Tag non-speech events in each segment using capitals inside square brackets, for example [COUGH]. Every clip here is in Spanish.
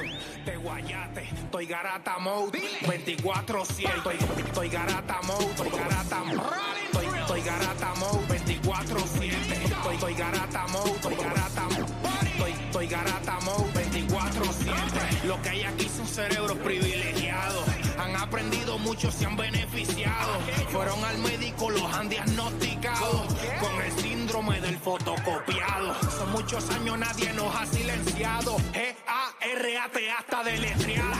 Te Este guayate, estoy garata mode, 24-7, estoy, estoy garata mode, estoy garata mode, estoy, estoy garata mode, 24-7, estoy, estoy garata mode, estoy garata mode, estoy, estoy garata mode, 24-7. Lo que hay aquí son cerebros privilegiados, han aprendido mucho, se han beneficiado, fueron al médico, los han diagnosticado, con el síndrome del fotocopiado. Son muchos años, nadie nos ha silenciado, G-A-R-A-T hasta deletreado.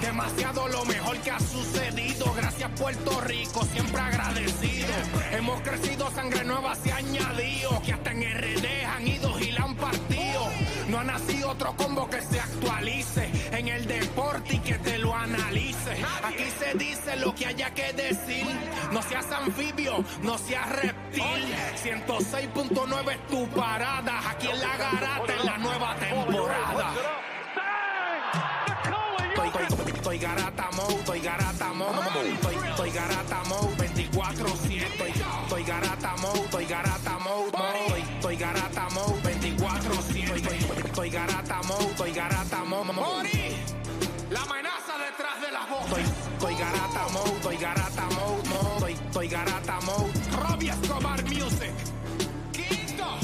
Demasiado lo mejor que ha sucedido. Gracias Puerto Rico, siempre agradecido. Hemos crecido, sangre nueva se ha añadido. Que hasta en RD han ido y la han partido. No ha nacido otro combo que se actualice en el deporte y que te lo analice. Aquí se dice lo que haya que decir. No seas anfibio, no seas reptil. 106.9 es tu parada. Aquí en la garata, en la nueva temporada. Estoy, estoy, estoy garata mode, estoy garata mode, estoy, estoy garata mode, 24-7, estoy, estoy garata mode, estoy garata mode, mode, estoy, estoy garata mode, 24-7, estoy, estoy garata mode, estoy garata mode, mode. La amenaza detrás de las voces. Estoy, estoy garata mode, estoy garata mode, mode, estoy, estoy garata mode. Robbie Escobar Music. Quinto.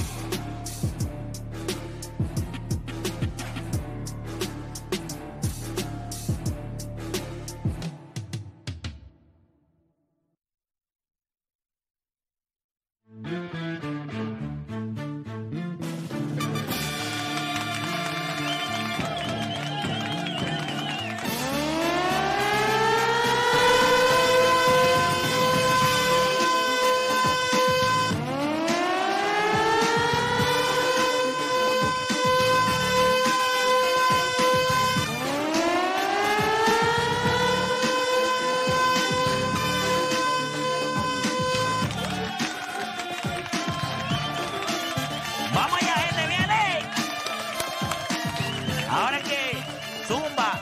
Vamos allá, gente, viene. Ahora es que zumba.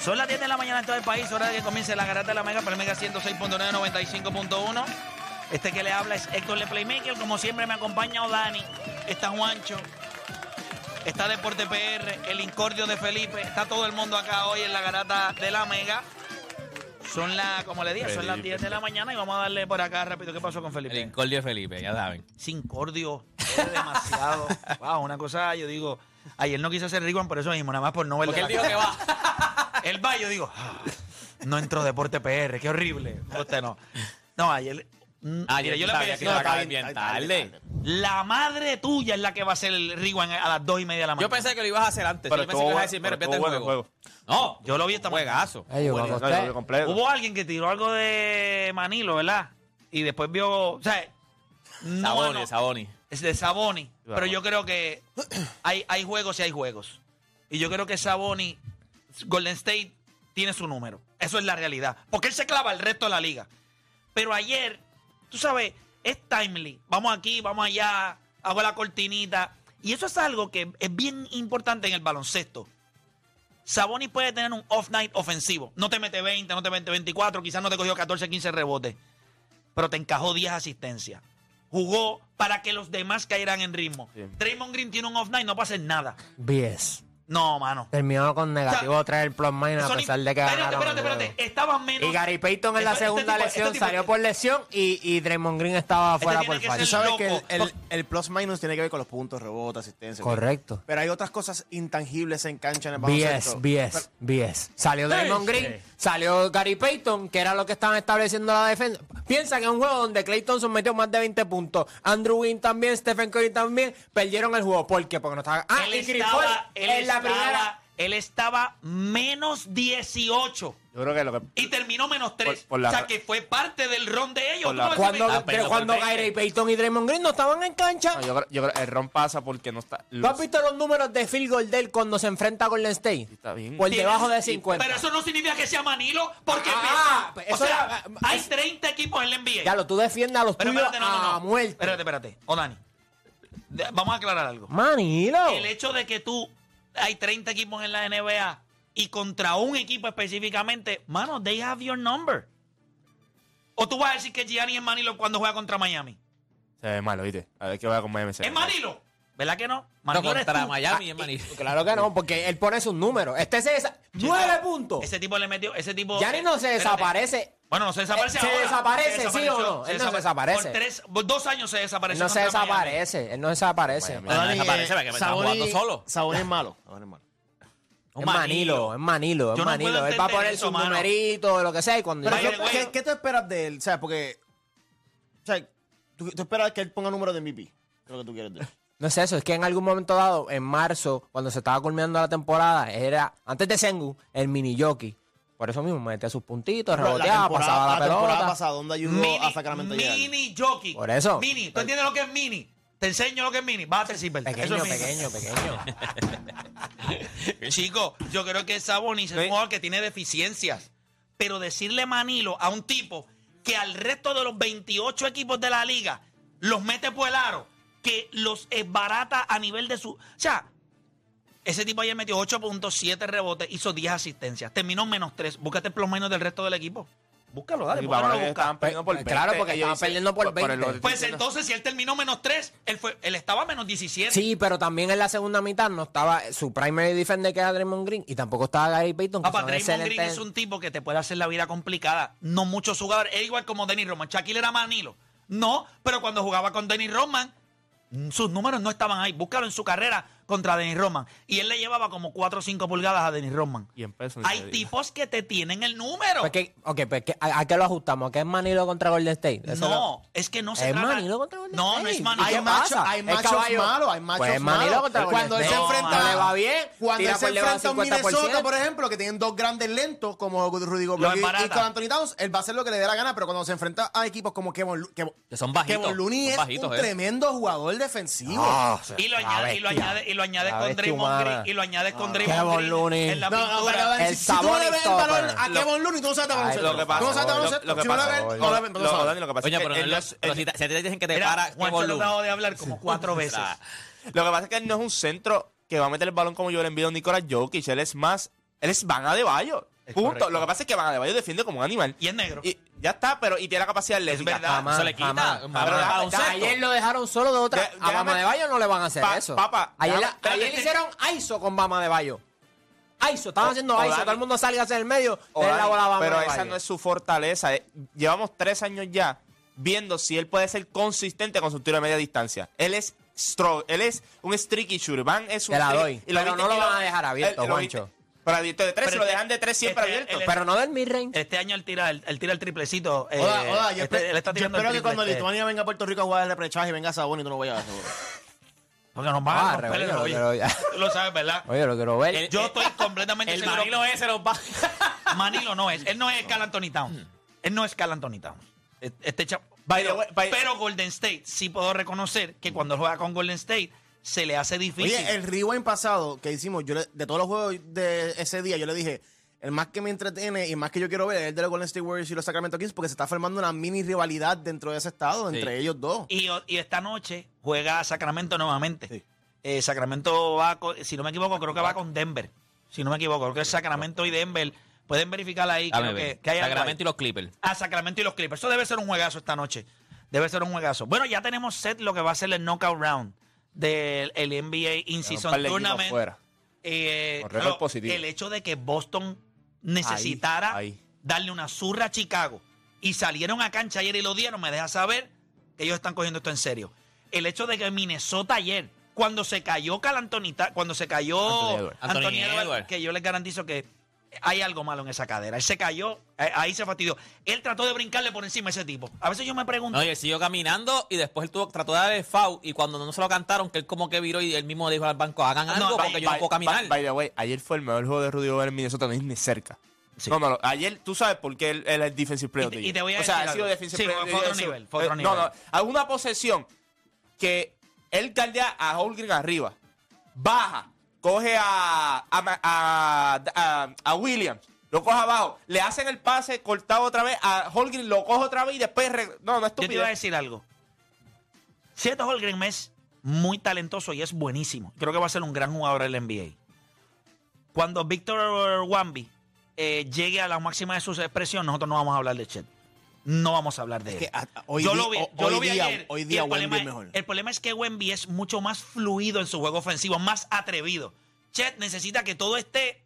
Son las 10 de la mañana en todo el país, hora de que comience la garata de la Mega, pero Mega 106.995.1. Este que le habla es Héctor Le Playmaker, como siempre me acompaña Odani, está Juancho, está Deporte PR, el Incordio de Felipe, está todo el mundo acá hoy en la garata de la Mega. Son las, como le dije, son las 10 de la mañana y vamos a darle por acá rápido qué pasó con Felipe. El incordio de Felipe, ya saben. sin cordio, es [LAUGHS] demasiado. wow, una cosa, yo digo, ayer no quiso hacer Riguan por eso mismo, nada más por no verle Porque él la dijo cara. que va. Él va, yo digo, "Ah, no entró Deporte PR, qué horrible. Usted no. No, ayer. mm, mira, Ah, Ayer yo yo le le pedí sabía que iba a acabar bien tarde. La madre tuya es la que va a hacer el Rewind a las dos y media de la mañana. Yo pensé que lo ibas a hacer antes. Pero yo pensé que estuvo ibas a decir, bueno, mira, pero vete el estuvo bueno juego. el No, Yo lo vi esta mañana. juegazo. Ay, yo me acosté. No, yo lo completo. Hubo alguien que tiró algo de Manilo, ¿verdad? Y después vio. O sea. no, Saboni, no. Saboni. Es de Saboni. Pero Saboni. yo creo que hay, hay juegos y hay juegos. Y yo creo que Saboni, Golden State, tiene su número. Eso es la realidad. Porque él se clava el resto de la liga. Pero ayer, tú sabes, es timely. Vamos aquí, vamos allá, hago la cortinita. Y eso es algo que es bien importante en el baloncesto. Saboni puede tener un off night ofensivo. No te mete 20, no te mete 24, quizás no te cogió 14, 15 rebotes. Pero te encajó 10 asistencias. Jugó para que los demás cayeran en ritmo. Sí. Draymond Green tiene un off night, no va a hacer nada. BS. No, mano. Terminó con negativo 3 el plus minus Eso a ni- pesar de que espérate, ganaron. espérate, el espérate. juego. Estaban menos. Y Gary Payton en Este- la este segunda tipo- este lesión tipo- salió por lesión y, y Draymond Green estaba afuera Este tiene por que falta. ser Tú sabes loco. que el, el- el plus minus tiene que ver con los puntos, rebote, asistencia. Correcto. Pero hay otras cosas intangibles en cancha en el baloncesto. BS, BS, BS. Salió Draymond Green, salió Gary Payton, que era lo que estaban estableciendo la defensa. Piensa que es un juego donde Clay Thompson metió más de 20 puntos, Andrew Wynn también, Stephen Curry también, perdieron el juego. ¿Por qué? Porque no estaba... Ah, Él y Chris estaba- Paul él en la estaba primera... Él estaba menos 18 Yo creo que lo que. y terminó menos 3. por la- o sea que fue parte del ron de ellos. por ¿Tú la- no ves que Cuando, me- Ah, pero pero cuando por veinte. Gary Payton y Draymond Green no estaban en cancha. no, yo, creo- yo creo el ron pasa porque no está. ¿Tú has los- visto los números de field goal de él cuando se enfrenta a Golden State? Está bien. Por Tiene- debajo de 50. Pero eso no significa que sea Manilo, porque mira, Ah, pues eso o sea, era- hay 30 equipos en la NBA. Ya lo, tú defiendes a los pero tuyos espérate, no, no, a no. muerte. Espérate, espérate. O Dani, de- vamos a aclarar algo. Manilo. El hecho de que tú hay 30 equipos en la NBA y contra un equipo específicamente, mano, they have your number. O tú vas a decir que Gianni es Manilo cuando juega contra Miami. Se ve malo, ¿viste? A ver qué va con Miami. se ve ¿Es mal. Manilo? ¿Verdad que no? No, Manilo eres contra tú. Miami es Manilo. Claro que no, porque él pone sus números. Este se desa- nueve puntos. Ese tipo le metió, ese tipo. eh, Gianni no se Espérate. desaparece. Bueno, no se desaparece. Eh, se ahora. desaparece, ¿sí desapareció, o no? se Él no se Por desaparece. tres, por dos años se Él desapareció. no se contra Miami. desaparece. Él no desaparece. Miami. Dani, desaparece, porque me estaba Sabonis- jugando solo. Sabonis es malo. [LAUGHS] Sabonis es malo. Es Manilo, es Manilo, es Yo no Manilo. puedo él va a entender poner eso, sus mano. numeritos, lo que sea, y cuando Pero By ¿qué- the way- ¿qué, qué tú esperas de él? O sea, porque. O sea, tú, tú esperas que él ponga número de MVP. Es lo que tú quieres [LAUGHS] de él. No es eso, es que en algún momento dado, en marzo, cuando se estaba culminando la temporada, era, antes de Sengu, el mini jockey. Por eso mismo, metía sus puntitos, reboteaba, temporada- pasaba la, pelota. temporada pasada, ¿dónde ayudó a Sacramento a Mini, llegar? mini jockey. Por eso. Mini. ¿Tú entiendes lo que es mini? Te enseño lo que es mini. Bájate, Silver. Pequeño, Eso es mini. pequeño, [LAUGHS] pequeño. Chicos, yo creo que Sabonis es un jugador que tiene deficiencias. Pero decirle Manilo a un tipo que al resto de los 28 equipos de la liga los mete por el aro, que los esbarata a nivel de su. O sea, ese tipo ayer metió 8.7 rebotes, hizo 10 asistencias, terminó en menos 3. Búscate por lo menos del resto del equipo. Búscalo, dale. Y ¿por qué para no ver lo que buscas? estaban perdiendo por Claro, 20, porque ellos estaban dicen- perdiendo por 20. Pues entonces, si él terminó menos 3, él, fue, él estaba a menos 17. Sí, pero también en la segunda mitad no estaba su primary defender que era Draymond Green y tampoco estaba Gary Payton. que Papá, son Ah, pues Draymond Green excelentes- es un tipo que te puede hacer la vida complicada. No muchos jugadores. Es igual como Denny Roman. Shaquille era Manilo. No, pero cuando jugaba con Denny Roman, mm, sus números no estaban ahí. Búscalo en su carrera contra Denny Roman. Y él le llevaba como 4 o 5 pulgadas a Denny Roman. Y en peso ni Hay te digo. tipos que te tienen el número. Pues que- ok, pues que- ¿a, a qué lo ajustamos? ¿A qué es Manilo contra Golden State? Eso no, es que no se ¿Es trata... Manilo contra Golden No, State? no es ¿Y qué Hay Manilo. macho- pasa? hay Es machos caballo. malos, hay machos Pues es Manilo malos. contra Cuando Golden él se State. enfrenta- No le va bien, Cuando tira él se por debajo enfrenta a un 50%. Minnesota, por ejemplo, que tienen dos grandes lentos como Rudy Lo Gobert y, embarata. y con Anthony Towns, él va a hacer lo que le dé la gana, pero cuando se enfrenta a equipos como Kevin, Lu- Kevin- Que son bajitos, Kevin Looney son es bajitos, un eh. tremendo jugador defensivo. Ah, Y lo la añades y lo bestia. añade, y lo añades La con bestia Draymond humana. Green. Y lo añades con Draymond Kevon Green. Looney. En la No, no, pintura. pero, El si, si tú no le ves el sabonis balón a topper. Kevin Looney, tú no sabes de Ay, baloncesto. lo que Tú no sabes de pasa, baloncesto. eh. lo que Si no le pasa, ves, lo- no le ves, no lo- sabes. Dani, lo que pasa Oye, es que pero él no no es- es- pero si te si te dicen que te Mira, para este Juancho Kevon lo Looney. acabo de hablar como [LAUGHS] cuatro veces. Lo que pasa es que él no es un centro que va a meter el balón como yo le envío a Nicolás Jokic. Él es más. Él es Van Adebayo. Punto. Lo que pasa es que Van Adebayo defiende como un animal. Y es negro. Y ya está, pero. Y tiene la capacidad es atlética. verdad. Jamás, se le quita. jamás, Mamá jamás. de Ya, baloncesto. Ayer lo dejaron solo de otra. De- a Bama déjame- de Bayo no le van a hacer Pa- eso. papá, ayer déjame- ayer espérate. hicieron ISO con Bama de Bayo. ISO, estaban haciendo o ISO. Dani. Todo el mundo salga hacia el medio. O denle la Dani, bola a Bama pero de esa Bayo. no es su fortaleza. Eh, Llevamos tres años ya viendo si él puede ser consistente con su tiro de media distancia. Él es strong, él es un streaky shooter. Van es un Te la streak- doy, pero no lo van a dejar abierto, él- lo viste- Juancho. Pero abierto de tres, Pero se lo este- dejan de tres siempre este- abierto. él- Pero no del mid-range. Este año él tira el, él tira el triplecito. eh, Hola, hola, yo, este- espe- él está yo tirando el espero que triple, cuando este, Lituania venga a Puerto Rico a jugar el repechaje y venga Sabonis, tú no vayas a ver seguro. Porque nos van a Ah, romper rebelde, el lo rollo. quiero ya. Tú lo sabes, ¿verdad? Oye, lo quiero ver. El- Yo estoy completamente El seguro. Manilo ese los va. [LAUGHS] Manilo no es. Él no es Cal Anthony Towns. Él no es Cal Anthony Towns. Este chavo- By the pero, way, by- pero Golden State, sí puedo reconocer que cuando juega con Golden State se le hace difícil. Oye, el rewind pasado que hicimos, yo le- de todos los juegos de ese día, yo le dije, el más que me entretiene y más que yo quiero ver es el de los Golden State Warriors y los Sacramento Kings porque se está formando una mini rivalidad dentro de ese estado Sí. entre ellos dos. Y, y esta noche juega Sacramento nuevamente. Sí. Eh, Sacramento va, con- si no me equivoco, creo que va con Denver. Si no me equivoco, creo que es Sacramento y Denver. Pueden verificar ahí creo Dame que, ver. que hay algo ahí. Sacramento y los Clippers. a Sacramento y los Clippers. Eso debe ser un juegazo esta noche. Debe ser un juegazo. Bueno, ya tenemos set lo que va a ser el knockout round del el NBA Un par In-Season de equipos Tournament. fuera. Eh, Con récord positivo. El hecho de que Boston necesitara Ahí, ahí. darle una zurra a Chicago y salieron a cancha ayer y lo dieron, me deja saber que ellos están cogiendo esto en serio. El hecho de que Minnesota ayer, cuando se cayó Cal Anthony Ta- cuando se cayó Anthony Edwards. Anthony Edwards. que yo les garantizo que hay algo malo en esa cadera. Él se cayó, eh, ahí se fastidió. Él trató de brincarle por encima a ese tipo. A veces yo me pregunto, No, y él siguió caminando y después él tuvo, trató de dar el foul y cuando no se lo cantaron, que él como que viró y él mismo dijo al banco, hagan No, algo by- porque yo no puedo caminar. By, by the way, ayer fue el mejor juego de Rudy Gobert en Minnesota, no es ni cerca. No, no, no, ayer tú sabes por qué él, él es defensive Y player. te- of the y te year. voy a O sea, decir ha sido algo. defensive Sí, player. fue otro of the year. nivel, fue otro Eh, No, no, nivel. alguna posesión que él caldea a Holgren arriba, baja, coge a, a, Ma- a, a- a Williams, lo coge abajo, le hacen el pase cortado otra vez, a Holgren lo coge otra vez y después. reg- No, no es yo te iba a estupidez. decir algo. Cierto, Holgren es muy talentoso y es buenísimo. Creo que va a ser un gran jugador del NBA. Cuando Víctor Wambi eh, llegue a la máxima de sus expresiones, nosotros no vamos a hablar de Chet. No vamos a hablar de él. que a- a- hoy yo di- lo vi, ho- yo hoy lo vi día- ayer, hoy y día el problema, Wemby es mejor. El problema es que Wemby es mucho más fluido en su juego ofensivo, más atrevido. Chet necesita que todo esté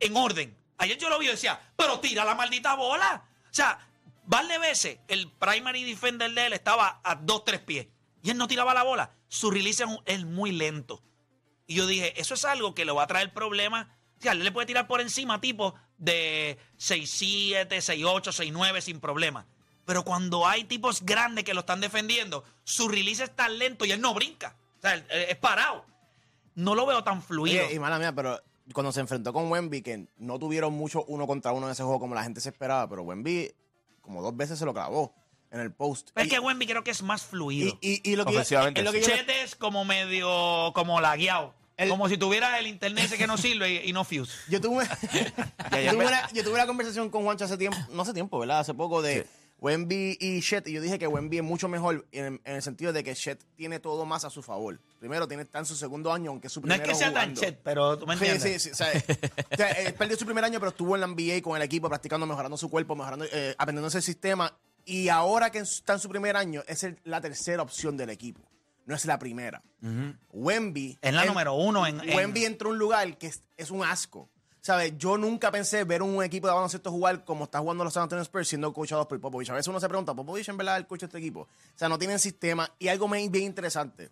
en orden. Ayer yo lo vi y decía, pero tira la maldita bola. O sea, varias veces el primary defender de él estaba a dos, tres pies y él no tiraba la bola. Su release es un- es muy lento. Y yo dije, eso es algo que le va a traer problemas. O sea, él le puede tirar por encima a tipos de 6'7, 6'8, 6'9 sin problema. Pero cuando hay tipos grandes que lo están defendiendo, su release es tan lento y él no brinca. O sea, él- él es parado. No lo veo tan fluido. Oye, y mala mía, pero cuando se enfrentó con Wemby, que no tuvieron mucho uno contra uno en ese juego como la gente se esperaba, pero Wemby como dos veces se lo clavó en el post. Pero Y- es que Wemby creo que es más fluido. y, y- y lo que yo- Ofensivamente, es lo que yo le- Chet es como medio, como lagueado. El- como si tuviera el internet ese que no sirve y, y no fuse. [LAUGHS] Yo tuve, yo, tuve una, yo tuve una conversación con Juancho hace tiempo, no hace tiempo, ¿verdad? Hace poco de Wemby y Shet. Y yo dije que Wemby es mucho mejor en, en el sentido de que Shet tiene todo más a su favor. Primero, tiene, está en su segundo año, aunque es su No es primero que sea tan jugando. Chet, pero tú me Sí, entiendes. sí, sí. o sea, o sea, eh, perdió su primer año, pero estuvo en la NBA con el equipo, practicando, mejorando su cuerpo, mejorando, eh, aprendiendo ese sistema. Y ahora que está en su primer año, es el- la tercera opción del equipo. No es la primera. Wemby. Es la en- número uno en- en- Wemby entró a un lugar que es, es un asco. ¿Sabes? Yo nunca pensé ver un equipo de baloncesto jugar como está jugando los San Antonio Spurs siendo coachados por Popovich. A veces uno se pregunta, ¿Popovich en verdad es el coach de este equipo? O sea, no tienen sistema. Y algo me- bien interesante.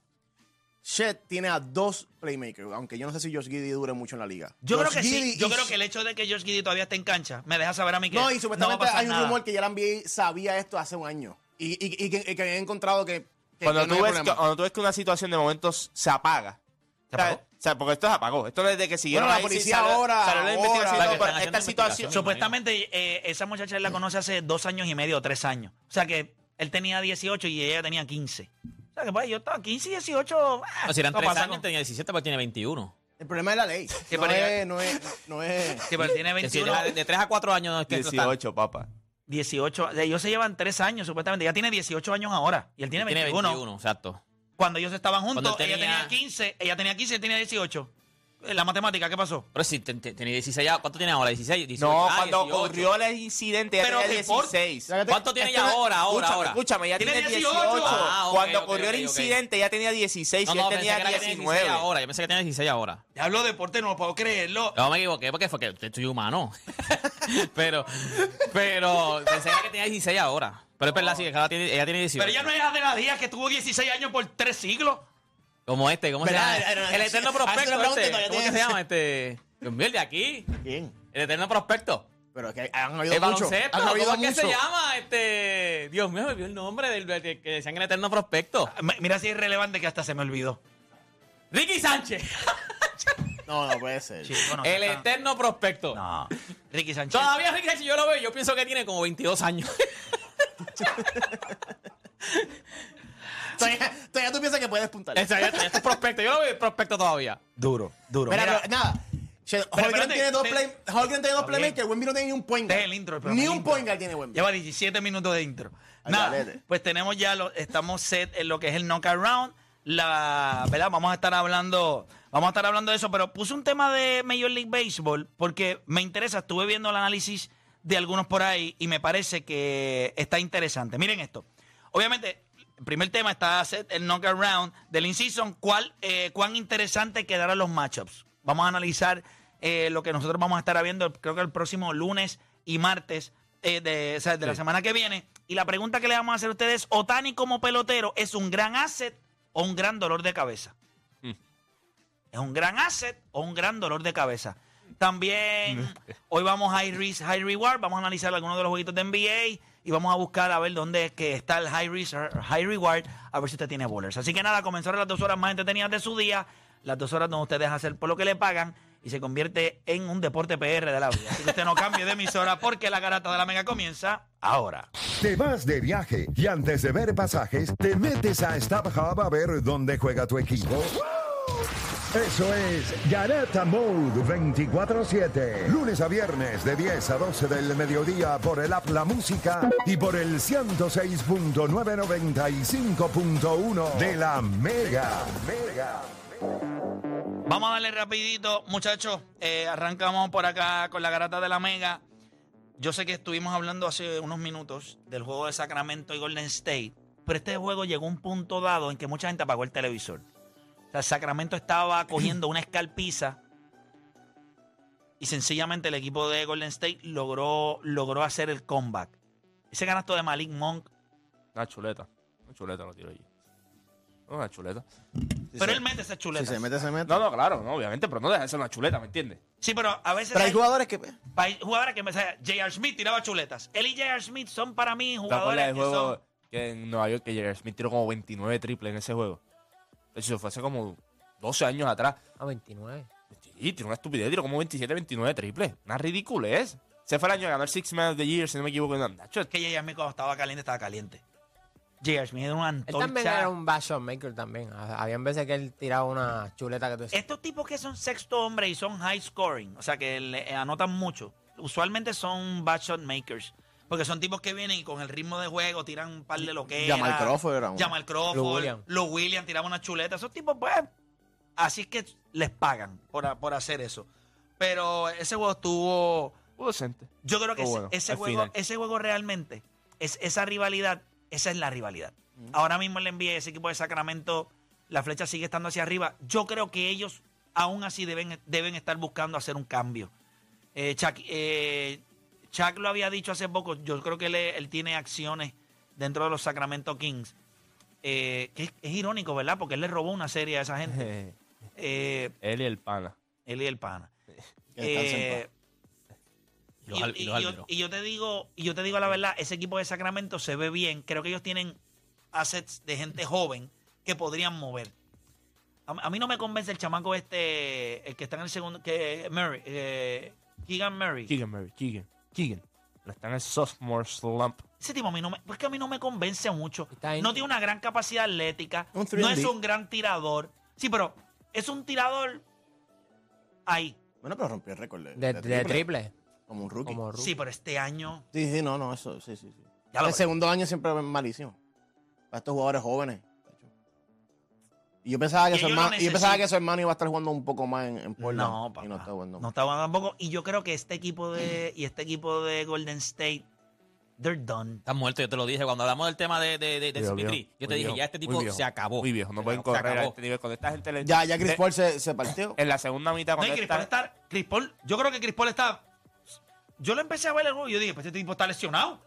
Shed tiene a dos playmakers, aunque yo no sé si Josh Giddy dure mucho en la liga. Yo creo Josh que sí. Giddey Yo y- creo que el hecho de que Josh Giddy todavía esté en cancha me deja saber a mí que No, y va supuestamente a pasar hay un nada. rumor que ya la NBA sabía esto hace un año. Y, y- y que, y que habían encontrado que. que- cuando, que no tú hay ves que, problema. cuando tú ves que una situación de momentos se apaga. ¿Se O sea, apagó? O sea, porque esto se apagó. Esto desde que siguieron Bueno, la ahí, sí, policía salió- ahora, salió la investigación, ahora. no, pero Están haciendo esta situación. investigación. Supuestamente eh, esa muchacha él la conoce hace dos años y medio o tres años. O sea que él tenía 18 y ella tenía 15. O sea que pues, yo estaba 15 y 18. ah, O Pues si eran no tres pasa años, con- tenía 17, pero tiene 21. El problema es la ley. no, pero ya- es, no es. No es. Sí, pero él tiene Que si 21. deja- de 3 a 4 años no es que esto está- 18, papá. 18. Ellos se llevan tres años supuestamente. Ella tiene 18 años ahora y él tiene Tiene 21. 21, exacto. Cuando ellos estaban juntos, Cuando él ella tenía tenía 15, ella tenía 15 y él tenía 18. Eh, La matemática, ¿qué pasó? Pero si te- te- tenía 16 ya, ¿cuánto tiene ahora? 16, 18. No, Ah, cuando 18. ocurrió el incidente, ya Pero tenía que por- 16. ¿Cuánto tiene Este ya no- ahora, ahora, escúchame, ahora? Escúchame, ya Tiene tiene 18. 18. Ah, ok, cuando ok, ocurrió ok, el ok. incidente, ya tenía 16 No, y él no, tenía pensé que era 19. 16 ahora. Yo pensé que tenía 16 ahora. Ya hablo de deporte, no puedo creerlo. No me equivoqué porque fue que soy humano. [LAUGHS] pero, pero pensé que tenía 16 ahora. Pero es verdad, sí, que ahora tiene, ella tiene 18. Pero ella no es de la Díaz que tuvo 16 años por tres siglos. Como este, ¿cómo se ¿Verdad? llama? Era- era- El eterno sí, hazte la prospecto. pregunta y Este. todavía ¿Cómo que tiene- se llama este? Dios mío, el de aquí. ¿Quién? El eterno prospecto. Pero es que han habido El mucho. baloncesto. Han ¿Cómo habido es que se mucho. llama? Este. Dios mío, me olvidó el nombre del del- que decían el eterno prospecto. M- Mira si es relevante que hasta se me olvidó. Ricky Sánchez. No, no puede ser. Chico, no, [LAUGHS] el está- eterno prospecto. No. Ricky Sánchez. Todavía Ricky Sánchez, yo lo veo, yo pienso que tiene como 22 años. [LAUGHS] Todavía, todavía tú piensas que puedes puntar. Eso, ya- ya es prospecto, yo lo veo prospecto todavía. Duro, duro. Mira, Mira, pero nada. Che, Holgren espérate, tiene dos te- play- Holgren tiene dos Está bien. playmakers. Wemby no tiene ni un point guard. Deja el intro, el programa, Ni el un intro. point guard tiene Wemby. lleva 17 minutos de intro. Ay, Nada, galete. pues tenemos ya, lo- estamos set en lo que es el knockout round. La, ¿verdad? Vamos a estar hablando, vamos a estar hablando de eso, pero puse un tema de Major League Baseball porque me interesa, estuve viendo el análisis de algunos por ahí y me parece que está interesante. Miren esto. Obviamente, el primer tema está set el knockout round del in-season. ¿Cuál, eh, ¿Cuán interesante quedarán los matchups? Vamos a analizar eh, lo que nosotros vamos a estar viendo, creo que el próximo lunes y martes eh, de, o sea, de la semana que viene. Y la pregunta que le vamos a hacer a ustedes es, ¿Otani como pelotero es un gran asset o un gran dolor de cabeza? ¿Es un gran asset o un gran dolor de cabeza? También hoy vamos a High Risk, High Reward. Vamos a analizar algunos de los jueguitos de NBA y vamos a buscar a ver dónde es que está el High Risk, High Reward, a ver si usted tiene bowlers. Así que nada, comenzaron las dos horas más entretenidas de su día, las dos horas donde usted deja hacer por lo que le pagan y se convierte en un deporte PR de la vida. Así que usted no cambie de emisora porque la garata de la mega comienza ahora. Te vas de viaje y antes de ver pasajes, te metes a StubHub a ver dónde juega tu equipo. Eso es Garata Mode 24-7. Lunes a viernes de 10 a 12 del mediodía por el App La Música y por el 106.995.1 de la Mega. Mega. Vamos a darle rapidito, muchachos. Eh, arrancamos por acá con la garata de la Mega. Yo sé que estuvimos hablando hace unos minutos del juego de Sacramento y Golden State, pero este juego llegó a un punto dado en que mucha gente apagó el televisor. O sea, Sacramento estaba cogiendo una escalpiza y sencillamente el equipo de Golden State logró, logró hacer el comeback. Ese canasto de Malik Monk, Una chuleta. Una chuleta lo tiro allí. Una chuleta. pero él mete esas Si chuletas. se mete, se mete. No, no, claro, no, obviamente, pero no deja de ser una chuleta, ¿me entiendes? Sí, pero a veces Pero hay hay, jugadores que. hay jugadores que me J.R. Smith tiraba chuletas. Él y J.R. Smith son para mí ¿Te acuerdas jugadores del que son... juego que en Nueva York que J.R. Smith tiró como 29 triples en ese juego? De hecho, eso fue hace como 12 años atrás. A 29. Sí, tiró una estupidez, tiró como 27, 29 triples. Una ridiculez. Ese fue el año que ganó el Six Man of the Year, si no me equivoco. No, Nacho, que J.R. Smith cuando estaba caliente, estaba caliente. J.R. Smith era una Él también antorcha. era un bad shot maker también. Ha- Habían veces que él tiraba una chuleta que tú decías. Estos tipos que son sexto hombre y son high scoring, o sea, que le eh, anotan mucho, usualmente son bad shot makers. Porque son tipos que vienen y con el ritmo de juego tiran un par de lo que Jamal Crawford era uno. Jamal Crawford. Lou Williams. Lou Williams tiraba una chuleta. Esos tipos, pues, así es que les pagan por, ha- por hacer eso. Pero ese juego estuvo... fue decente. Yo creo que Pero ese- bueno, ese, al juego, final. ese juego realmente, es, esa rivalidad, esa es la rivalidad. Ahora mismo en la NBA, ese equipo de Sacramento, la flecha sigue estando hacia arriba. Yo creo que ellos aún así deben, deben estar buscando hacer un cambio. Eh, Chuck, eh, Chuck lo había dicho hace poco, yo creo que él, es- él tiene acciones dentro de los Sacramento Kings. Eh, que es, es irónico, ¿verdad? Porque él le robó una serie a esa gente. Eh, Él y el pana. él y el pana. Que descansen en Eh, paz. Y los y- al- y y los yo- árbitros. y yo te digo, y yo te digo la verdad, ese equipo de Sacramento se ve bien. Creo que ellos tienen assets de gente joven que podrían mover. A, a mí no me convence el chamaco este, el que está en el segundo, que Murray, eh, Keegan Murray. Keegan, Mary, Keegan. Keegan. Está en el sophomore slump. Ese tipo a mí no me, es que a mí no me convence mucho. Está en- No tiene una gran capacidad atlética. Un no es 3D. un gran tirador. Sí, pero es un tirador ahí. Bueno, pero rompió el récord. De, De, de de triple. Como un rookie. Como Sí, pero este año. Sí, sí, no, no, eso, sí, sí. sí. Ya lo- el segundo año siempre es malísimo. Para estos jugadores jóvenes. Y yo pensaba que, Y su ellos lo hermano, y yo pensaba necesitan. que su hermano iba a estar jugando un poco más en, en Portland. No, Y no papá. está jugando. No está jugando tampoco. Y yo creo que este equipo de. Y este equipo de Golden State, they're done. Estás muerto, yo te lo dije. Cuando hablamos del tema de, de, de, de Muy CP3, viejo, yo te muy dije, viejo, ya este muy tipo viejo, se acabó. Muy viejo, no Se pueden acabó, se correr a acabó. este nivel. Cuando esta gente le... Ya, ya Chris Eh, Paul se, se partió. En la segunda mitad, No, y cuando Chris Paul esta... está. Chris Paul- yo creo que Chris Paul está. Yo lo empecé a ver el juego y yo dije, pues este tipo está lesionado.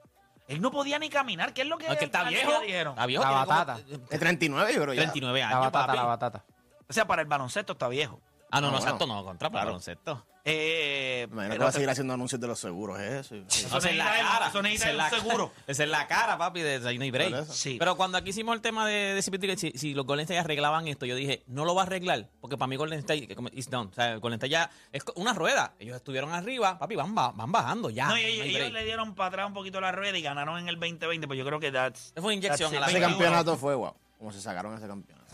Él no podía ni caminar. ¿Qué es lo Ah, que, No, es que está al día viejo. este dijeron? Está viejo. La tiene como batata. De 39, yo creo ya. 39 años. La batata, papi. la batata. O sea, para el baloncesto está viejo. Ah, no, Ah, no, bueno. exacto, no, contra para el baloncesto. Eh, Me imagino que pero- va a seguir haciendo anuncios de los seguros, ¿eh? Sí, sí. Eso Esa es la necesita cara. el- eso necesita Esa es el la cara. [LAUGHS] seguro. Esa es la cara, papi, de de ahí no hay Por break. eso. Sí. Pero cuando aquí hicimos el tema de, de CP3, que si, si los Golden State arreglaban esto, yo dije, no lo va a arreglar, porque para mí Golden State que como is done. O sea, Golden State ya es co- una rueda. Ellos estuvieron arriba, papi, van, ba- van bajando ya. no, y Ah, hay ellos, ellos break. le dieron para atrás un poquito la rueda y ganaron en el 2020, pues yo creo que that's, Fue una inyección that's a la it. Ese Venga, campeonato fue guau. Como se sacaron ese campeonato.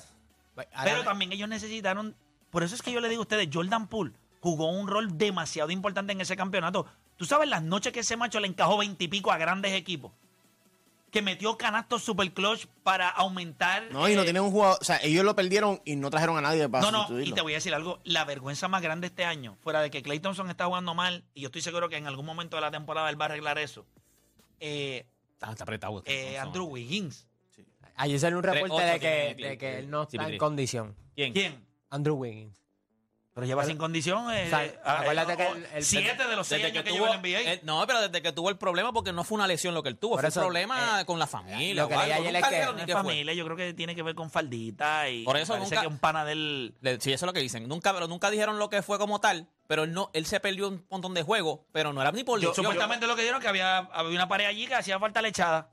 Pero también ellos necesitaron. Por eso es que yo le digo a ustedes, Jordan Poole jugó un rol demasiado importante en ese campeonato. Tú sabes las noches que ese macho le encajó veintipico a grandes equipos. Que metió canastos super clutch para aumentar. No, y no eh, tienen un jugador. O sea, ellos lo perdieron y no trajeron a nadie para No, no, y sustituirlo. te voy a decir algo. La vergüenza más grande este año, fuera de que Clay Thompson está jugando mal, y yo estoy seguro que en algún momento de la temporada él va a arreglar eso. Eh, Está, Ah, está apretado. está- eh, son- son- Andrew Wiggins. Ayer salió un reporte 3-8 de que, tiene de que Clippers. él no Sí, está en Clippers. condición. ¿Quién? ¿Quién? Andrew Wiggins. Pero lleva sin condición. eh, O sea, eh, ah, acuérdate eh, que oh, el- el- siete de los seis Desde años que que, lleva tuvo, en NBA. eh, no, pero desde que tuvo el problema, porque no fue una lesión lo que él tuvo, Por fue eso, eh, un problema con la familia. lo que o leí algo, ayer nunca es que No dijeron ni es qué fue. familia, yo creo que tiene que ver con faldita y Por eso parece nunca- que un pana del Le- Sí, eso es lo que dicen. Nunca, pero nunca dijeron lo que fue como tal. pero él no, él se perdió un montón de juegos, pero no era ni por Yo- lesión. [LAUGHS] supuestamente lo que dieron que había, había una pared allí que hacía falta lechada.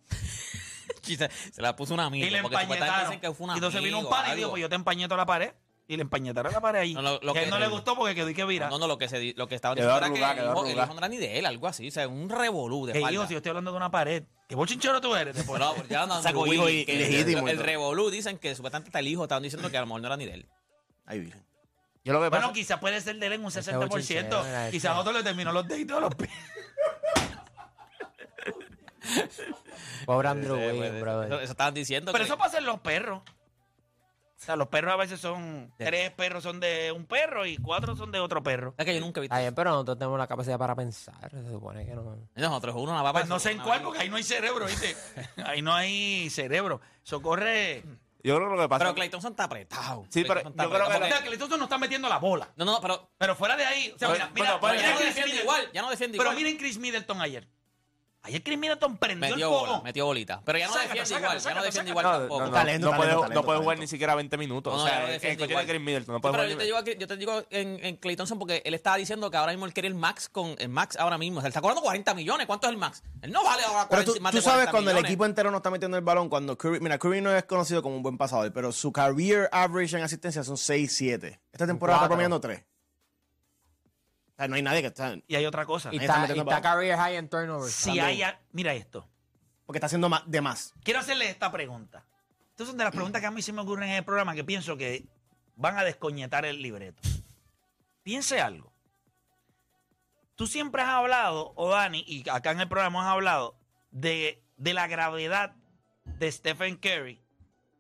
Sí, se, se la puso un amigo. y le porque supuestamente empañetaron. dicen que fue un y entonces vino un amigo, pan y dijo, algo. pues yo te empañeto la pared. Y le empañetaron la pared allí. No, lo- lo que a que- él no le gustó porque quedó y que vira. No, no, lo que, se, di- lo que estaba Quedó diciendo era arrugada, que el quedó hijo, el arrugada. hijo no era ni de él, algo así. O sea, un revolú de Que espalda. hijo, si yo estoy hablando de una pared. ¿Qué bochinchero tú [LAUGHS] eres? Pero [LAUGHS] no, pues ya andan Saco Willy, hijo y- que ilegítimo y El, el todo. revolú dicen que supuestamente hasta el hijo estaban diciendo que a lo mejor no era ni de él. Ay, virgen. Yo lo que pasa Bueno, quizás puede ser de él en un bochinchero era 60%. este. Quizás otro le terminó los deditos de los pies. Pobre Andrew Eh, pues, Williams, brother. eso, eso estaban diciendo Pero que- eso pasa en los perros. O sea, los perros a veces son. Sí. Tres perros son de un perro y cuatro son de otro perro. Es que yo nunca he visto. Está bien, pero nosotros tenemos la capacidad para pensar. Se supone que no. Nosotros uno una papa. Pues no sé en cuál, porque ahí no hay cerebro, ¿viste? [LAUGHS] ahí no hay cerebro. Socorre. Yo creo que lo que pasa. Pero Clayton está apretado. Sí, pero Clayton está yo creo apretado, que- porque- O sea, que entonces no está metiendo la bola. No, no, no, pero. Pero fuera de ahí. O sea, mira, Bueno, mira, bueno, mira ya no Chris defiende Middleton. igual. Ya no defiende Pero igual. miren Chris Middleton ayer. Ayer Chris Middleton prendió metió el fuego. bola, metió bolita. Pero ya no Sácate, defiende sácate, igual. sácate, ya no defiende igual No, no, tampoco. no, Talento, no puede, talento, no talento, puede jugar talento. ni siquiera 20 minutos. No, no, o ya sea, lo el defiende coche de igual. Chris Middleton no Sí, puede pero jugar yo ni- te digo, aquí- yo te digo en, en Clay Thompson porque él estaba diciendo que ahora mismo él quiere el max con el max ahora mismo. O sea, él está cobrando 40 millones. ¿Cuánto es el max? Él no vale ahora Pero 40 tú, más tú de 40 sabes cuando el millones. equipo entero no está metiendo el balón, cuando Curry, mira, Curry no es conocido como un buen pasador, pero su career average en asistencia son 6-7. Esta temporada está Cuatro. promediando 3. O sea, no hay nadie que está... Y hay otra cosa. Y Ahí está, está y metiendo está pavo. career high en turnovers. Si también. hay. a- Mira esto. Porque está haciendo más, de más. Quiero hacerle esta pregunta. Estas son de las preguntas que a mí se me ocurren en el programa que pienso que van a descoñetar el libreto. Piense algo. Tú siempre has hablado, o Dani, y acá en el programa has hablado, de, de la gravedad de Stephen Curry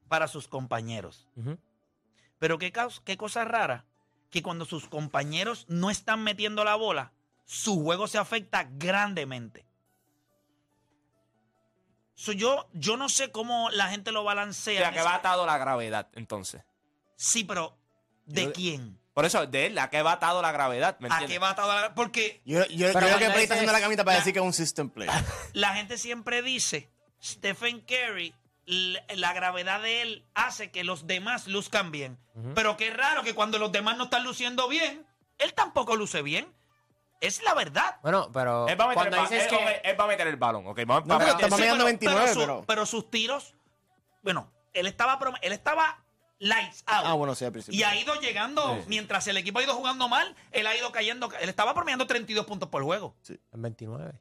para sus compañeros. Ujú. Pero qué, caos- qué cosa rara que cuando sus compañeros no están metiendo la bola, su juego se afecta grandemente. So, yo, yo no sé cómo la gente lo O balancea. sea, que va atado la gravedad, entonces. Sí, pero ¿de Yo- quién? Por eso, de él, a qué va atado la gravedad, ¿me ¿A qué entiendes? va atado la- Porque Yo, yo, yo creo que Pero cuando Play está dices- haciendo la camita para decir que es un system play. la gente siempre dice, Stephen Curry, l- la gravedad de él hace que los demás luzcan bien. Pero qué raro que cuando los demás no están luciendo bien, él tampoco luce bien. Es la verdad. Bueno, pero Él va a meter cuando el eh, balón, dices él, que... ok, él va a meter el balón, ok, vamos No, vamos pero a meter- estamos Sí, llegando a 29, su- pero- pero sus tiros, bueno, él estaba, prom- él estaba lights out. Ah, bueno, sí, al principio. Y ha ido llegando, mientras el equipo ha ido jugando mal, él ha ido cayendo. Él estaba promediando 32 puntos por juego. En 29.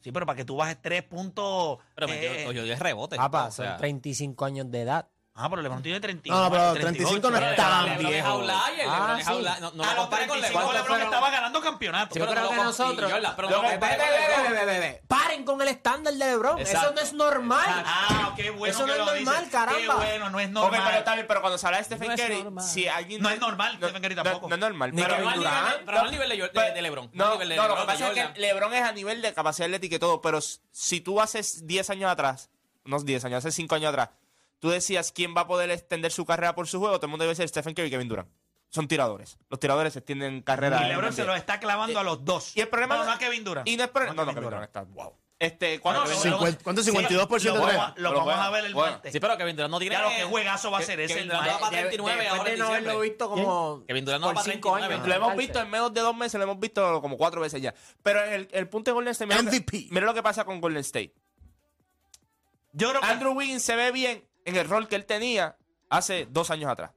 Sí, pero para que tú bajes 3 puntos. Pero eh, metió yo, yo rebote. Papá, O sea, son 35 años de edad. Ah, pero LeBron tiene 35. No, no, pero 38, 35 no es tan LeBron es viejo. outlier, Ah, LeBron es sí. outlier. No, no a lo los compare con 35 LeBron. LeBron estaba ganando campeonato. Sí, Yo pero creo no que lo con- nosotros. sí, yo la- pero Lo no que- compare con ve, ve, LeBron. ve, ve, ve, ve. Paren con el estándar de LeBron. Exacto. Eso no es normal. Ah, qué bueno. Eso que no es lo dices. normal, caramba. Qué bueno, no es Ok, normal. pero está bien, pero cuando se habla de Stephen No es Curry, normal. si alguien... No es normal, Stephen Curry tampoco. No, no es normal. Ni pero- Kevin Pero no al Durant. nivel- pero no al nivel de, de- de LeBron. no al No, nivel de no, lo LeBron, que pasa de es que Jordan. LeBron es a nivel de capacidad atlética y todo, pero s- si tú haces 10 años atrás, unos 10 años, hace 5 años atrás, tú decías quién va a poder extender su carrera por su juego, todo el mundo debe ser Stephen Curry y Kevin Durant. Son tiradores. Los tiradores extienden carrera. Y en LeBron la se NBA. los está clavando a los dos. Y el problema Pero no a Kevin Durant. Y no es problema. No, no, Kevin Durant está. Wow. Este, cuando No, no, Kevin- no, Cincuenta- ¿Cuánto es Sí, 52% lo de vamos tres? a- Lo Pero vamos a juega, ver el juega. martes. Sí, pero Kevin Durant no tiene... Claro, qué juegazo va a ser ese. Kevin Durant va hermano. para 39 ahora Después en de no haberlo diciembre. visto como Kevin Durant no por va para 5 39, años. ¿no? Lo hemos visto en menos de dos meses, lo hemos visto como cuatro veces ya. Pero el, el punto de Golden State. Mira, lo que- MVP. mira lo que pasa con Golden State. Yo creo que Andrew Wiggins se ve bien en el rol que él tenía hace dos años atrás.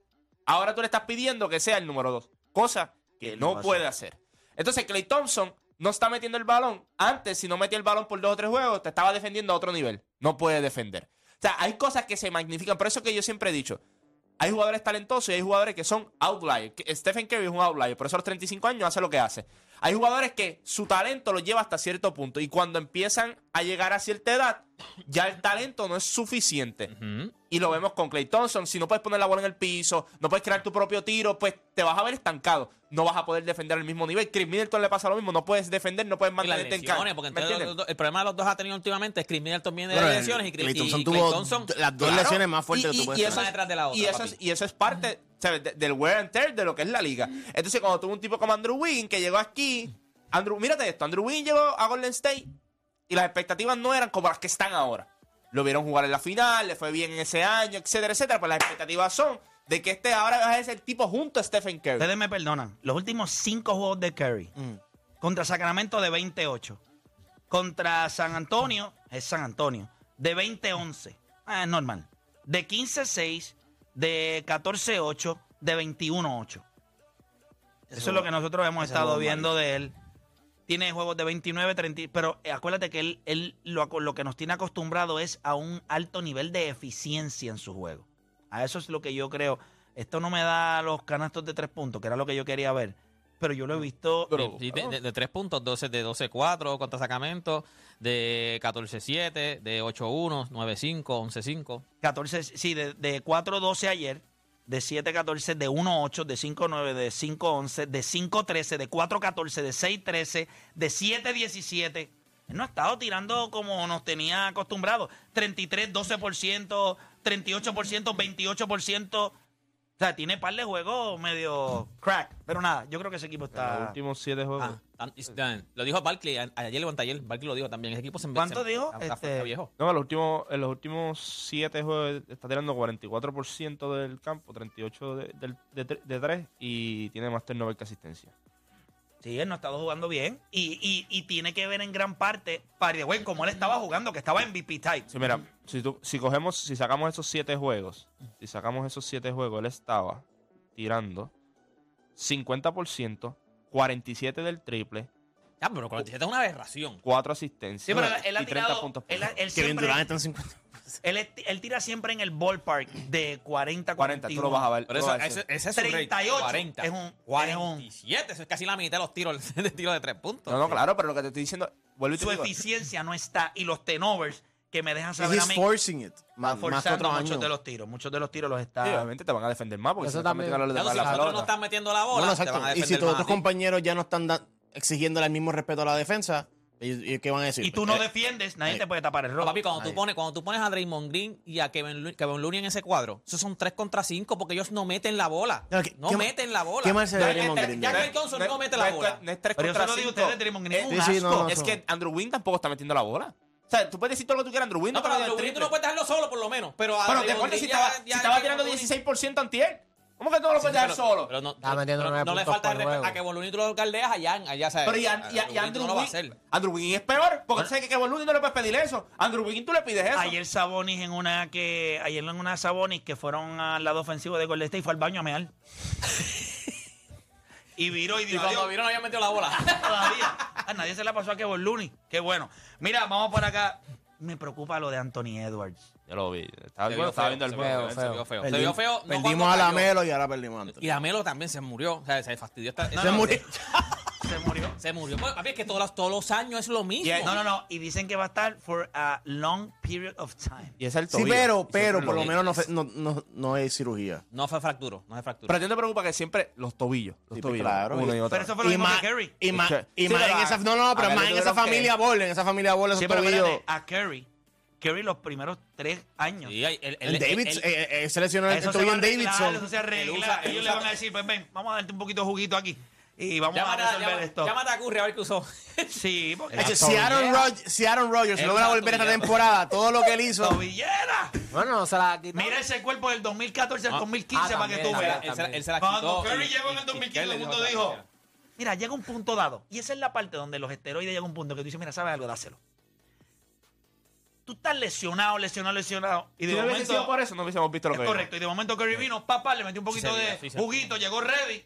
Ahora tú le estás pidiendo que sea el número dos, cosa que no va no a puede hacer. Entonces, Clay Thompson no está metiendo el balón. Antes, si no metía el balón por dos o tres juegos, te estaba defendiendo a otro nivel. No puede defender. O sea, hay cosas que se magnifican. Por eso que yo siempre he dicho, hay jugadores talentosos y hay jugadores que son outliers. Que- Stephen Curry es un outlier, por eso a los 35 años hace lo que hace. Hay jugadores que su talento lo lleva hasta cierto punto y cuando empiezan a llegar a cierta edad, ya el talento no es suficiente. Y lo vemos con Clay Thompson. Si no puedes poner la bola en el piso, no puedes crear tu propio tiro, pues te vas a ver estancado. No vas a poder defender al mismo nivel. Chris Middleton le pasa lo mismo. No puedes defender, no puedes Y las mantenerte en lesiones, cancha. porque ¿Me entonces entiendes? los dos- el problema de los dos ha tenido últimamente es Chris Middleton viene de Pero el- lesiones y Chris Clay Thompson y tuvo Klay Thompson- d- las dos lesiones más fuertes que tú puedes eso tener. es- Una detrás de la otra, y eso, es, papi. y eso es parte ¿sabes? de- del wear and tear de lo que es la liga. Entonces, cuando tuvo un tipo como Andrew Wiggins que llegó aquí, Andrew, mírate esto, Andrew Wiggins llegó a Golden State y las expectativas no eran como las que están ahora. lo vieron jugar en la final, le fue bien en ese año, etcétera, etcétera. Pues las expectativas son de que este ahora es el tipo junto a Stephen Curry. Ustedes me perdonan. Los últimos cinco juegos de Curry contra Sacramento de 28. Contra San Antonio, es San Antonio, de 20-11. Ah, es normal. De 15-6, de 14-8, de 21-8. Eso, es lo que nosotros hemos estado viendo de él. Tiene juegos de 29, 30, pero eh, acuérdate que él, él lo, aco- lo que nos tiene acostumbrado es a un alto nivel de eficiencia en su juego. A eso es lo que yo creo. Esto no me da los canastos de tres puntos, que era lo que yo quería ver, pero yo lo he visto. Pero- Sí, de, de- de 3 puntos, 12, de 12-4 contra Sacramento, de 14-7, de 8-1, 9-5, 11-5. 14, sí, de, de 4-12 ayer, de 7-14, de 1-8, de 5-9, de 5-11, de 5-13, de 4-14, de 6-13, de 7-17. Él no ha estado tirando como nos tenía acostumbrados. 33, 12%, 38%, 28%. O sea, tiene par de juegos medio crack. Pero nada, yo creo que ese equipo está... últimos siete juegos. Ah, tan- y- tan- lo dijo Barkley a- ayer o anteayer, Barkley lo dijo también. Ese equipo se ¿Cuánto se- dijo? está- está- Este- está viejo. No, en los últimos, en los últimos siete juegos está tirando 44% del campo, 38% de, del- de, tre- de tres y tiene más turnover que asistencia. Sí, él no ha estado jugando bien. Y, y- y tiene que ver en gran parte, para güey, como él estaba jugando, que estaba en VP type. Sí, mira, si, tú- si cogemos, si sacamos esos siete juegos, si sacamos esos siete juegos, él estaba tirando 50%, 47 del triple, Ya, pero 47 es una aberración. 4 asistencias Sí, pero él ha y 30 tirado. puntos. Él, ha- él Kevin siempre- Durant está en 50. él es- él tira siempre en el ballpark de 40, 40, 41. tú lo vas a ver. Pero lo eso, vas a ese, decir. ese es su rate. 38. 40. Es un. es un- 47, eso es casi la mitad de los tiros [LAUGHS] de, tiros de 3 puntos. No, no, claro, pero lo que te estoy diciendo, vuelvo y te su digo, eficiencia no está. Y los tenovers que me dejan saber a He's mí. forcing it. Más, más que Forzando otro muchos año. de los tiros. Muchos de los tiros los sí, está. obviamente te van a defender más porque Eso si no están también. metiendo la- Claro, si la nosotros pelota. no están metiendo la bola, Bueno, te van a exacto. Y defender si tus más a otros ti. compañeros ya no están da- exigiendo el mismo respeto a la defensa, ellos- ellos ¿qué van a decir? Y tú no Eh, defiendes, nadie eh. te puede tapar el No, robo. papi, cuando tú, pones, cuando tú pones a Draymond Green y a Kevin, Lu- Kevin Looney en ese cuadro, esos son 3 contra 5 porque ellos no meten la bola. No, ¿qué- no qué ma- meten la bola. qué mal se ve Ya- Draymond ya- Green, Ya ¿verdad? Clay Thompson es- no mete la es- bola. No es 3 Pero yo contra se lo digo a 5. ustedes, Draymond Green, Es, un un sí, asco. no, no, es no. que Andrew Wynn tampoco está metiendo la bola. O sea, tú puedes decir todo lo que tú quieras, Andrew Wynn No, pero está a metiendo Draymond el Green tú no triple. puedes dejarlo solo, por lo menos. Pero a Pero te Draymond acuerdas si Green ya- estaba, si ya estaba Kevin tirando Looney- 16% antier. ¿Cómo que tú no lo puedes dejar Pero- solo? Pero no, Está metiendo pero nueve no le puntos falta el por respeto juego. a que Boluni tú lo caldeas allá, allá sabes. Pero y, an- A- y- y a Boluni tú Andrew no lo va a Wynn. hacer. Andrew Wynn es peor. Porque tú sabes que Kevin Looney no le puedes pedir eso. Andrew Wynn tú le pides eso. Ayer Sabonis en una que. Ayer en una Sabonis que fueron al lado ofensivo de Golden State y fue al baño a [LAUGHS] mear. y viró y Y dijo. cuando "Adiós". vieron no había metido la bola. todavía. A nadie se la pasó a Kevin Looney. Qué bueno. Mira, vamos por acá. Me preocupa lo de Anthony Edwards. Yo lo vi. Estaba, Se vio estaba feo, viendo el se juego. vio feo, Se vio feo. Se vio Perdimos, feo. no cuando perdimos a la cayó. Melo y ahora perdimos a Anthony. Y la Melo también se murió. O sea, se fastidió. Esta, Se murió. Se murió. Se murió. Bueno, papi, es que todos los, todos los años es lo mismo. No, no, no. Y dicen que va a estar for a long period of time. Y ese es el Sí, tobillo. Y pero, siempre pero por lo vi. menos no, fue- no, no, no es cirugía. No fue fracturo, no fue fractura. Pero a ti no te preocupa que siempre los tobillos. Los Sí, tobillos. claro. Uno y otro. Pero eso fue lo mismo que Curry. y más, Sí, y pero más en a- esa, no, no, pero a más Melo en esa tuvieron familia que- Ball, en esa familia Ball, esos Sí, ah, pero tobillos. espérate, a Curry. Curry los primeros tres años. Sí, el- el- El el- Davids, el- eh, eh, se lesionó el Eso se tobillo va a en arreglar, Davidson. Eso se arregla. Él usa- él Ellos usa- le van a decir, ven, ven, vamos a darte un poquito de juguito aquí. Y vamos Llámate, a a- resolver llama- esto. llámate a Curry a ver [LAUGHS] qué usó. Sí, porque... Eche, Si Aaron, Rodgers, si Aaron Rodgers Él logra usa volver esta tobillo. temporada, todo lo que él [LAUGHS] hizo, ¡Tobillera! Bueno, no se la quitó. Mira ese cuerpo del 2014 al Ah, 2015 ah, para que tú también, veas. también. Él se, la- él se la quitó. Cuando Curry y- llegó en y- el y- 2015, y- todo el mundo dijo. Mira, llega un punto dado. Y esa es la parte donde los esteroides llega un punto que tú dices, mira, ¿sabes algo? Dáselo. Tú estás lesionado, lesionado, lesionado. Y Si de no hubiese sido momento. por eso, no hubiésemos visto lo Es que vimos. correcto. Y de momento Curry vino, papá, le metió un poquito se veía, de sí se juguito, llegó ready.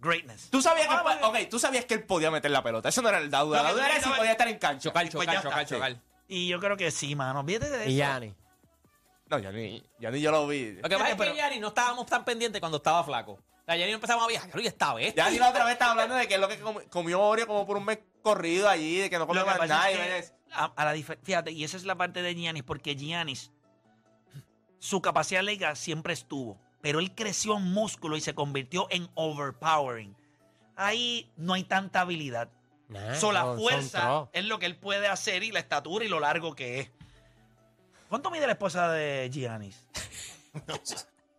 Greatness. Ah, Tú sabías, que, él po- ok, tú sabías que él podía meter la pelota. Eso no era el duda. No, La que duda era si estaba- podía estar en cancha. Chocar, Y pues ya chocar, chocar, está, sí. chocar. Y yo creo que sí, mano. Fíjate de Y eso. Gianni. No, ya ni, ya ni yo lo vi. Lo que pasa es Pero- que Yanni no estábamos tan pendientes cuando estaba flaco. O sea, Yanni empezamos a viajar. Oye, esta vez. Ya ni la otra vez estaba hablando de que es lo que com- comió Oreo como por un mes corrido allí, de que no Lo comió que más pasa nada. es y que ves- a- a la difer- fíjate, y esa es la parte de Giannis, porque Giannis, su capacidad liga siempre estuvo, pero él creció en músculo y se convirtió en overpowering. Ahí no hay tanta habilidad. Nah, Solo la son- son fuerza tro. es lo que él puede hacer y la estatura y lo largo que es. ¿Cuánto mide la esposa de Giannis?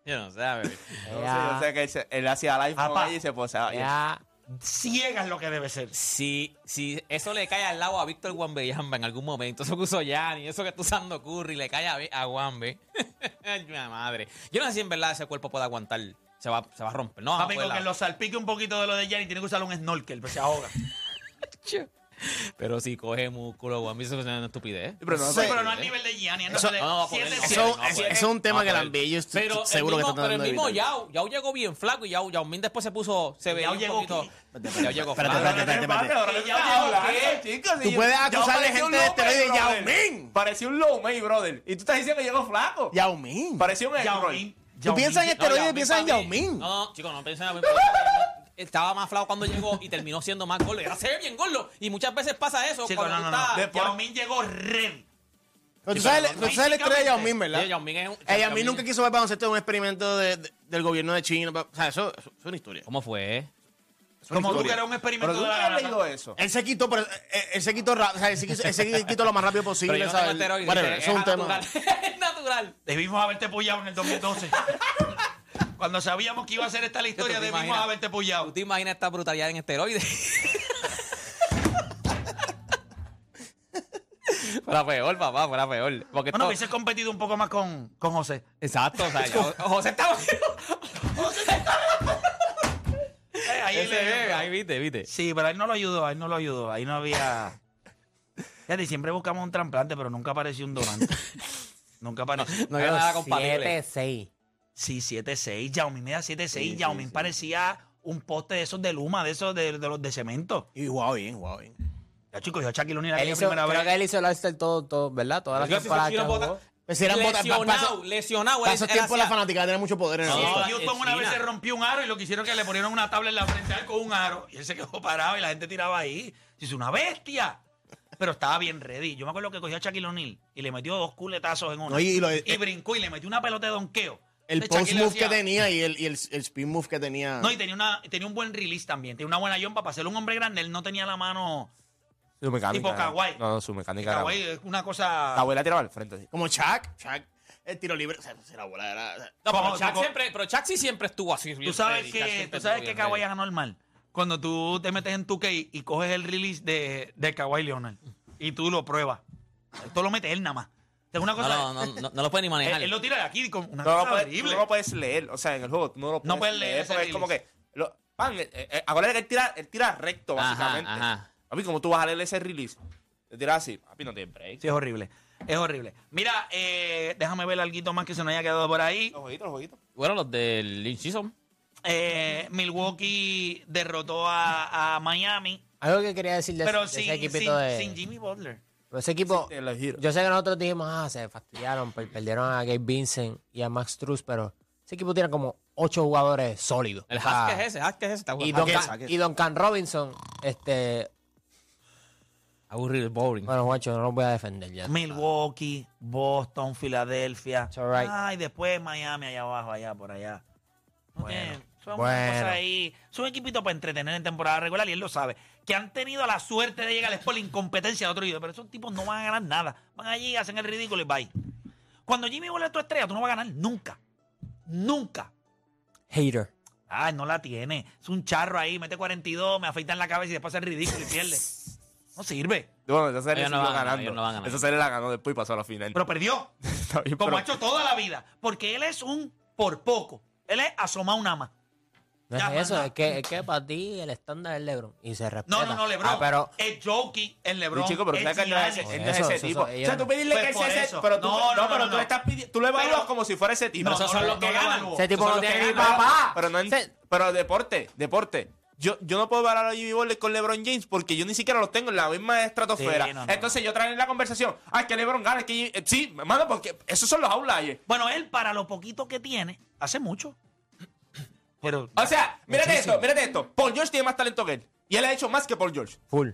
Yo no sé, a ver. [LAUGHS] No sé, yo sé que él, se- él hacía live Apa. con ella y se posaba. y- Ya, ciegas lo que debe ser. Si, si eso le cae al lado a Víctor Guambeyamba en algún momento, eso que usó Yanni, eso que está usando Curry, le cae a, Bi- a Guambe. [LAUGHS] Ay, mi madre. Yo no sé si en verdad ese cuerpo puede aguantar. Se va, se va a romper. No, Papi, abuela. con que lo salpique un poquito de lo de Yanni, tiene que usar un snorkel, pues se [LAUGHS] ahoga. Pero si coge músculo, Guambe, eso es una estupidez. Pero no, Sí, pero no al nivel de Gianni. Eso- no, no, no va a siete, poder, no. siete. Eso, no, eso- pues, eso es un tema no, que pues. Lambillo estoy Pero el seguro mismo, que está pero el tratando de mismo evitar. Yao, Yao llegó bien flaco y Yao, Yao Min después se puso, se veía Yao un llegó poquito. Yao llegó Espérate, flaco. espérate, espérate, espérate. Tú Tú puedes acusar de gente este de esteroides, Yao Ming. Parecía un low May, brother. Y tú estás diciendo que llegó flaco. Yao Ming. Parecía un Yao Elroy. Ming. Tú piensas en No, esteroides y piensas en para Yao mí- Ming. No, no, chicos, no piensen en Estaba más flaco cuando llegó y terminó siendo más gordo. Y ahora se ve bien gordo. Y muchas veces pasa eso. Chicos, cuando no, no, tú no. estás- Yao Ming llegó ready. Pero tú Sí, pero sabes no, tú sabes la historia de Yao Ming, ¿verdad? Sí, Yao Ming es un- Eh, Yao Yao Ming Ming- nunca quiso ver baloncesto en un experimento de- de- del gobierno de China. pa- O sea, eso eso es una historia. ¿Cómo fue? Como tú historia. que eres un Pero experimento de tú no la has gana. leído eso. Él se quitó, pero eh, él se quitó, ra- o sea, él se quiso- él se quitó lo más rápido posible. Pero yo no ¿sabes? tengo esteroides. Whatever, es eso es un tema. natural. [LAUGHS] Es natural. Debimos haberte apoyado en el 2012. Cuando sabíamos que iba a ser esta la historia, ¿Tú te debimos imaginas? haberte ¿Tú apoyado. te imaginas esta brutalidad en esteroides? [LAUGHS] Fuera peor, papá, fuera peor. Porque Bueno, esto- hubiese competido un poco más con, con José. Exacto, o [LAUGHS] sea, ya- José estaba... Eh, ahí Ese, le- eh, ahí viste, viste. Sí, pero él no lo ayudó, él no lo ayudó. Ahí no había. Fíjate, siempre buscamos un trasplante, pero nunca apareció un donante. nunca apareció. No había nada compatible. 7-6. Sí, 7-6. Yao Ming me da 7-6. Yao Ming parecía un poste de esos de Luma, de esos de, de los de cemento. Y jugaba bien, jugaba bien. Ya, chicos, yo a Shaquille O'Neal Él aquella hizo, primera creo que vez. él hizo el All-Star todo, todo, ¿verdad? Todas Yo las sí temporadas quiero que votar- jugó. Pues eran botas- pa- lesionado, pa- lesionado. Para Pues, él- esos él tiempos la hacía- fanaticada tenía mucho poder en el Sí, No, baloncesto. la- Houston una vez China. se rompió un aro y lo que hicieron que le ponieron una tabla en la frente a él con un aro. Y él se quedó [LAUGHS] parado y la gente tiraba ahí. Es una bestia. Pero estaba bien ready. Yo me acuerdo que cogió a Shaquille O'Neal y le metió dos culetazos en uno. No, y- y lo- eh, brincó y le metió una pelota de donqueo. El Entonces, post Shaquille move que hacía- tenía y el, y el, el spin move que tenía. No, y tenía, una, tenía un buen release también. Tenía una buena yompa. Para ser un hombre grande, él no tenía la mano. Su mecánica. eh. Tipo Kawhi. No, no, su mecánica. era- Kawhi, es una cosa. La abuela tiraba al frente. así. Como Chuck, Chuck, el tiro libre, o sea, si la bola era... No, pero Vamos, Chuck tipo- siempre, pero Chuck sí siempre estuvo así. Tú sabes que, tú sabes que Kawhi es anormal. Cuando tú te metes en tu key y coges el release de, de Kawhi Leonard y tú lo pruebas. Tú lo metes él nada más. Es una No, cosa. no, no, no, no lo puede [LAUGHS] ni manejar. él, él lo tira de aquí con una No, cosa lo puedes, tú horrible. no lo puedes leer. O sea, en el juego tú no lo puedes, No puedes leer ese porque es como release. que. Lo, pan, eh, eh, acuérdate que él tira, él tira recto, Ajá, básicamente. ajá. Papi, ¿cómo tú vas a leer ese release? Te tiras así. Papi, no tiene break. Sí, es horrible. Es horrible. Mira, eh, déjame ver algo más que se nos haya quedado por ahí. Los jueguitos, los jueguitos. Bueno, los del Lynch Season. Eh, Milwaukee derrotó a, a Miami, Algo que quería decir de ese- pero de sin, ese equipito sin- de... sin Jimmy Butler. Pero ese equipo, Sí, te lo giro. yo sé que nosotros dijimos, ah, se fastidiaron, per- perdieron a Gabe Vincent y a Max Truss, pero ese equipo tiene como ocho jugadores sólidos. El O sea, hack es ese, hack es ese. Está Y jugando. Don, Hackett, Can, Hackett. y Duncan Robinson, este, Aburrido, boring. bueno, guacho, no lo voy a defender ya. Milwaukee, Boston, Filadelfia. It's all right. Ay, después Miami allá abajo, allá por allá. Bueno, son bueno. una cosa ahí. Es un equipito para entretener en temporada regular y él lo sabe. Que han tenido la suerte de llegar por la incompetencia de otro día, pero esos tipos no van a ganar nada. Van allí, hacen el ridículo y bye. Cuando Jimmy vuelve tu estrella, tú no vas a ganar nunca. Nunca. Hater. Ay, no la tiene. Es un charro ahí, mete 42, me afeitan la cabeza y después hace el ridículo y pierde. No sirve. Bueno, esa serie Ellos sí no iba van a ganar, ganando. ellos no van a ganar. Esa serie la ganó después y pasó a la final. Pero perdió. [LAUGHS] Está bien, Como pero- ha hecho toda la vida. Porque él es un por poco. Él es asomado una más. No es Ya, eso, manda. es que, es que para ti el estándar es LeBron y se respeta. No, no, no, Lebron. Ah, pero Es Joki, es Lebron. Sí, chico, pero es tú sabes que él no es Giannis. ese, él no es Eso, ese eso, tipo. eso, o sea, tú pedirle Pues que este por sea ese, eso. pero tú, No, no, pero no, tú no. estás pidiendo, tú lo evalúas Pero- como si fuera ese tipo. No, Esos no, no, no lo evalúo. ese tipo Eso es no lo que tiene ni gana. Ah, papá. Pero no en- Se- pero deporte, deporte. Yo, yo no puedo evaluar a Jimmy Butler con LeBron James porque yo ni siquiera los tengo en la misma estratosfera. Sí, no, no, Entonces yo traigo en la conversación, ah, es que LeBron gana, es que Jimmy- eh, sí, mano, porque esos son los outliers. Bueno, él para lo poquito que tiene, hace mucho. Pero O sea, mírate esto, mírate esto. Paul George tiene más talento que él y él ha hecho más que Paul George. full.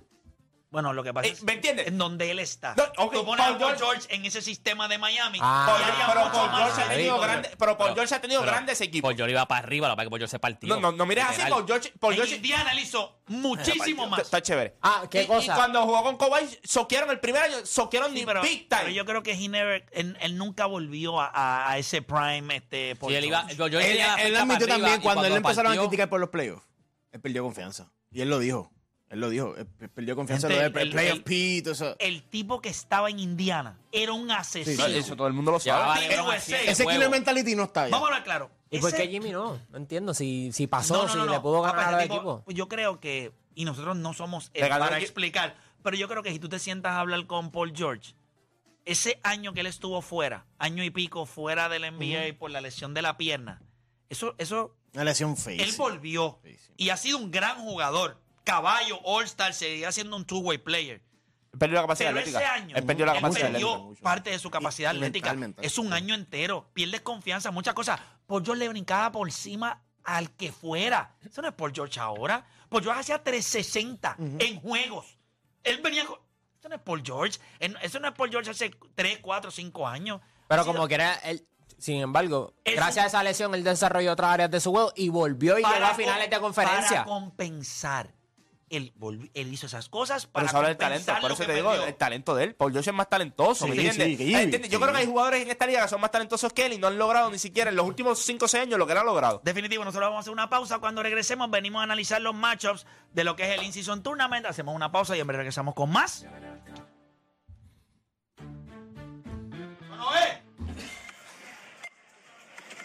bueno, lo que pasa Eh, es ¿me entiendes? en donde él está. No, ok, Tú pones a Paul Paul George- George en ese sistema de Miami. Ah. Paul y George- haría pero mucho Paul más. George ha tenido Rico, grandes, pero Paul George ha tenido grandes equipos. Paul George iba para arriba, la verdad que Paul George se partió. No, no, no mires así, Literal. Paul George, Paul En George Indiana él hizo muchísimo más. Está chévere. Ah, qué y, cosa. Y cuando jugó con Kawhi, soquearon el primer año, soquearon Sí, ni pero, big time. pero yo creo que he never- él, él nunca volvió a, a- a ese prime este Paul Sí, él iba, George. Paul George Él, tenía la él flecha admitió para arriba también, y cuando él empezaron a partió- criticar por los playoffs, él perdió confianza. Y él lo dijo. Él lo dijo. Él pe- perdió confianza en Gente, lo del el- play el- of Pete, todo eso. El tipo que estaba en Indiana era un asesino. Eso todo el mundo lo Ya sabe. vale, Pero bro, ese- así es, Ese huevo. killer mentality no está bien. Vamos a hablar claro. ¿Y por qué Ese- Jimmy no? No entiendo. Si, si pasó, No, no, si no, le no. pudo Papá, ganar al ese tipo, equipo. Yo creo que, y nosotros no somos el Le ganó para el- explicar, pero yo creo que si tú te sientas a hablar con Paul George, ese año que él estuvo fuera, año y pico fuera del NBA por la lesión de la pierna, eso, eso, Una lesión fea. él volvió y ha sido un gran jugador. Caballo, All-Star, seguirá siendo un two-way player. Perdió la capacidad Pero ese atlética. año, Él perdió la capacidad perdió atlética. mucho. parte de su capacidad Y- y atlética. mental, mental. es un Sí. año entero. Pierdes confianza, muchas cosas. Por George le brincaba por encima al que fuera. Eso no es por George ahora. Por George hacía 360 en juegos. Él venía con... Eso no es por George. Él- Eso no es por George hace 3, 4, 5 años. Pero Ha sido- como que era él. Sin embargo, Es un- gracias a esa lesión, él desarrolló otras áreas de su juego y volvió y llegó a con- finales de conferencia. Para compensar. Él, volvi- él hizo esas cosas Pero para eso habla del talento. compensar Por lo eso que te digo, perdió. el talento de él. Paul George es más talentoso. ¿me Sí, entiendes? sí, que Jimmy, ¿Entiendes? Yo sí. creo que hay jugadores en esta liga que son más talentosos que él y no han logrado ni siquiera en los últimos 5 o 6 años lo que él ha logrado. Definitivo, nosotros vamos a hacer una pausa. Cuando regresemos, venimos a analizar los matchups de lo que es el In-Season Tournament. Hacemos una pausa y en breve regresamos con más.